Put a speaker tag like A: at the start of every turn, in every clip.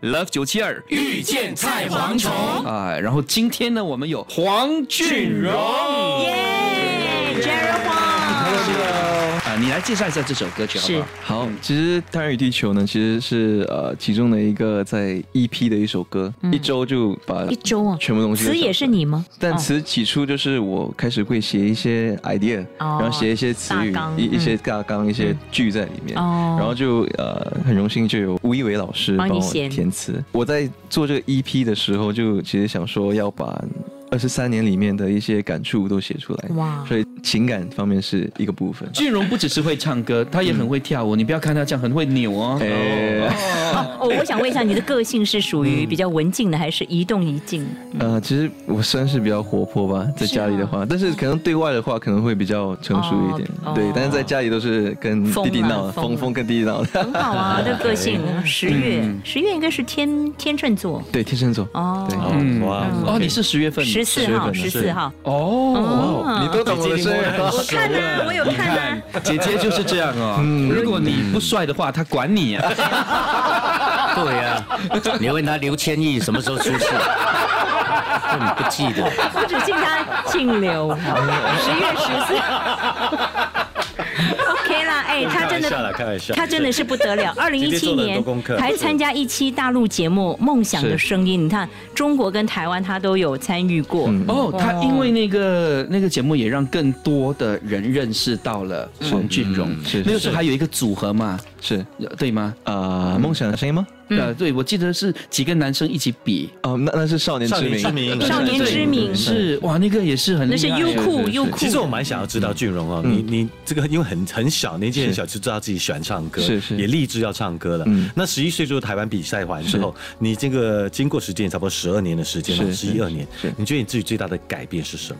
A: Love 九七二
B: 遇见菜蝗虫，
A: 啊，然后今天呢，我们有黄俊荣
C: 耶 j e r e Huang，
A: 啊，你来介绍一下这首歌曲好不好？
D: 好，其实《探与地球》呢，其实是呃其中的一个在 EP 的一首歌，一周就把
C: 嗯一周啊，
D: 全部东西都
C: 词也
D: 想
C: 是你吗？
D: 但
C: 哦
D: 词起初就是我开始会写一些 idea，、
C: 哦
D: 然后写一些词语
C: 大纲，
D: 一
C: 嗯
D: 一些大纲、一些句在里面，
C: 哦
D: 然后就呃很荣幸就有吴一伟老师
C: 帮
D: 帮
C: 你
D: 我
C: 写
D: 填词。我在做这个 EP 的时候，就其实想说要把二十三年里面的一些感触都写出来，
C: 哇
D: 所以情感方面是一个部分。
A: 俊荣不只是会唱歌，他也很会跳舞。你不要看他这样很会扭哦。
D: 哎
C: 哦，我想问一下，你的个性是属于比较文静的，还是一动一静？
D: 呃，其实我算是比较活泼吧，
C: 啊
D: 在家里的话，但是可能对外的话可能会比较成熟一点，
C: 哦哦
D: 对。但是在家里都是跟
C: 疯
D: 弟弟
C: 了
D: 闹的，
C: 疯
D: 疯
C: 了
D: 疯跟弟弟闹 的。
C: 很好啊，这个性。十月，十月应该是天天秤座
D: 对，天秤座。
C: 哦，
D: 对，
A: 嗯
E: 哇
A: 哦，你是十月份
C: 十四号，十四号。
A: 哦。
C: 哦，
D: 你都懂我的生日嗯
A: 我
C: 我看啊，我有看啊。
A: 姐姐就是这样哦。如果你不帅的话，她管你啊。
E: 嗯对呀、你问他刘千亿什么时候 出世，根本不记得。
C: 我只敬他净流，十月十四。OK 啦，哎，他真
E: 开玩笑啦开玩
C: 的
E: 笑，
C: 他真的是不得了。二零一
E: 今天
C: 七
E: 做了很
C: 年
E: 多功课
C: 还参加一期大陆节目《梦想的声音》，你看中国跟台湾他都有参与过。
A: 哦，他因为那个那个节目，也让更多的人认识到了黄俊荣。
C: 嗯
D: 是
A: 那个时候还有一个组合嘛，
D: 是
A: 对吗？
D: 啊，梦想的声音吗？
C: 嗯
A: 呃，对，我记得是几个男生一起比。
D: 哦，那那是少年
E: 少
D: 之
E: 年
D: 名。
E: 之名
C: 嗯少年之名
A: 是哇，那个也是很
C: 那是
A: 厉害
C: 优
D: 是
C: 酷，
D: 是
C: 优酷。
E: 其实我蛮想要知道俊荣哦，
D: 嗯
E: 你你这个因为很很小年纪很小就知道自己喜欢唱歌，
D: 是是
E: 也立志要唱歌了。
D: 嗯
E: 那十一岁做台湾比赛完之后，你这个经过时间差不多十二年的时间了，
D: 是
E: 十
D: 是
E: 一二年
D: 是，
E: 你觉得你自己最大的改变是什么？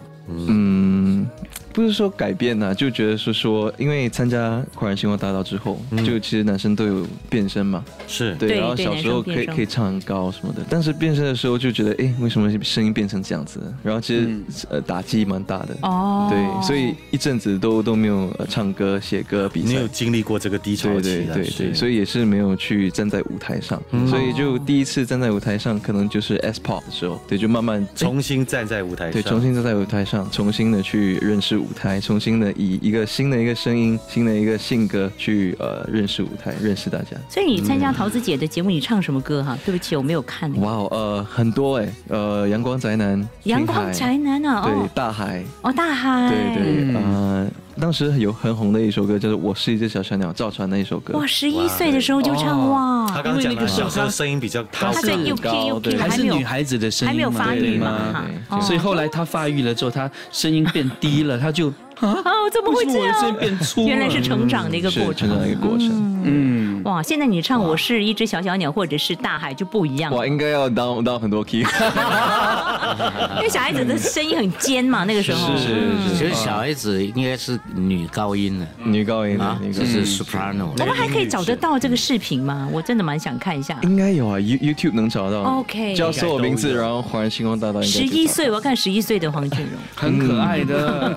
D: 嗯，不是说改变呐、就觉得是说，因为参加《快人星光大道》之后，就其实男生都有变声嘛，
E: 是
D: 对，
C: 对
D: 然后
C: 对
D: 小
C: 男
D: 时
C: 生
D: 候
C: 变
D: 可以
C: 声
D: 可以唱很高什么的，但是变声的时候就觉得，哎，为什么声音变成这样子？然后其实、
E: 嗯
D: 呃打击蛮大的，
C: 哦
D: 对，所以一阵子都都没有、呃唱歌、写歌比
E: 你
D: 赛
E: 有。经历过这个低潮
D: 对
E: 期
D: 对
E: 啊，
D: 对对，所以也是没有去站在舞台上，
E: 哦
D: 所以就第一次站在舞台上，可能就是 S pop 的时候，对，就慢慢
E: 重新站在舞台上，
D: 哎对，重新站在舞台上，重新的去认识舞台，重新的以一个新的一个声音、新的一个性格去呃认识舞台，认识大家。
C: 所以你参加桃子姐的节目，你唱什么歌哈？对不起，我没有看。
D: 哇哦，呃，很多哎，呃，阳光宅男，
C: 阳光
D: 听海
C: 宅男啊，
D: 对
C: 哦，
D: 大海，
C: 哦，大海，
D: 对对，
A: 嗯
D: 呃，当时有很红的一首歌，就是《我是一只小小鸟》，赵传的一首歌
C: 哇，，十一岁的时候就唱
A: 哦
E: 他
C: 哇，
E: 刚刚
A: 因
E: 讲
A: 为那
E: 了，
A: 个时
E: 小
A: 候
E: 时候声音比较高，
C: 他在 UQ
D: 高
C: UQ
D: 对
A: 还
C: 还
A: 是
C: 没有
A: 女孩子的声音嘛，
C: 还没有发
A: 对
C: 育嘛
A: 吗
C: 哈
D: 对。
C: 哦
A: 所以后来她发育了之后，她声音变低了，她 就啊，
C: 哦，怎么
A: 为
C: 会
A: 什么
C: 这
A: 我的声音
C: 样？
A: 变粗了？啊
C: 原来是成长的一个
D: 啊是
C: 过
D: 成
C: 程。
D: 长的一个过程。
A: 嗯，
C: 哇，现在你唱《我是一只小小鸟》或者是《大海》就不一样
D: 哇，
C: 了，
D: 应该要当当很多 key，
C: 因为小孩子的声音很尖 嘛，那个时候。
D: 是
E: 其
D: 是
E: 实小孩子应该是女高音的啊
D: 女高音的，女高
E: 就
D: 音
E: 是
D: 嗯
E: soprano。
C: 我们还可以找得到这个视频吗？我真的蛮想看一下。
D: 应该有啊，You YouTube 能找到。
C: OK
D: 只要搜我名字，然后华人星光大道应该
C: 十
D: 就
C: 一
D: 找到
C: 岁，我要看十一岁的黄俊荣。
A: 很可爱的，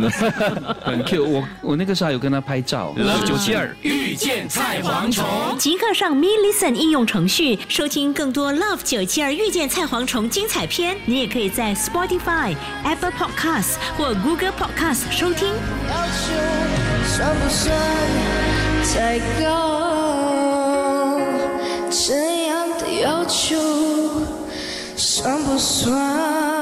A: 很 Q。我我那个时候还有跟她拍照。Love 九七二，
B: 遇见菜蝗虫。
C: 即刻上 Me Listen 应用程序收听更多 Love 九七二遇见菜蝗虫精彩片。你也可以在 Spotify、Apple Podcasts 或 Google Podcasts 收听。
F: 要求算不算太高？这样的要求算不算？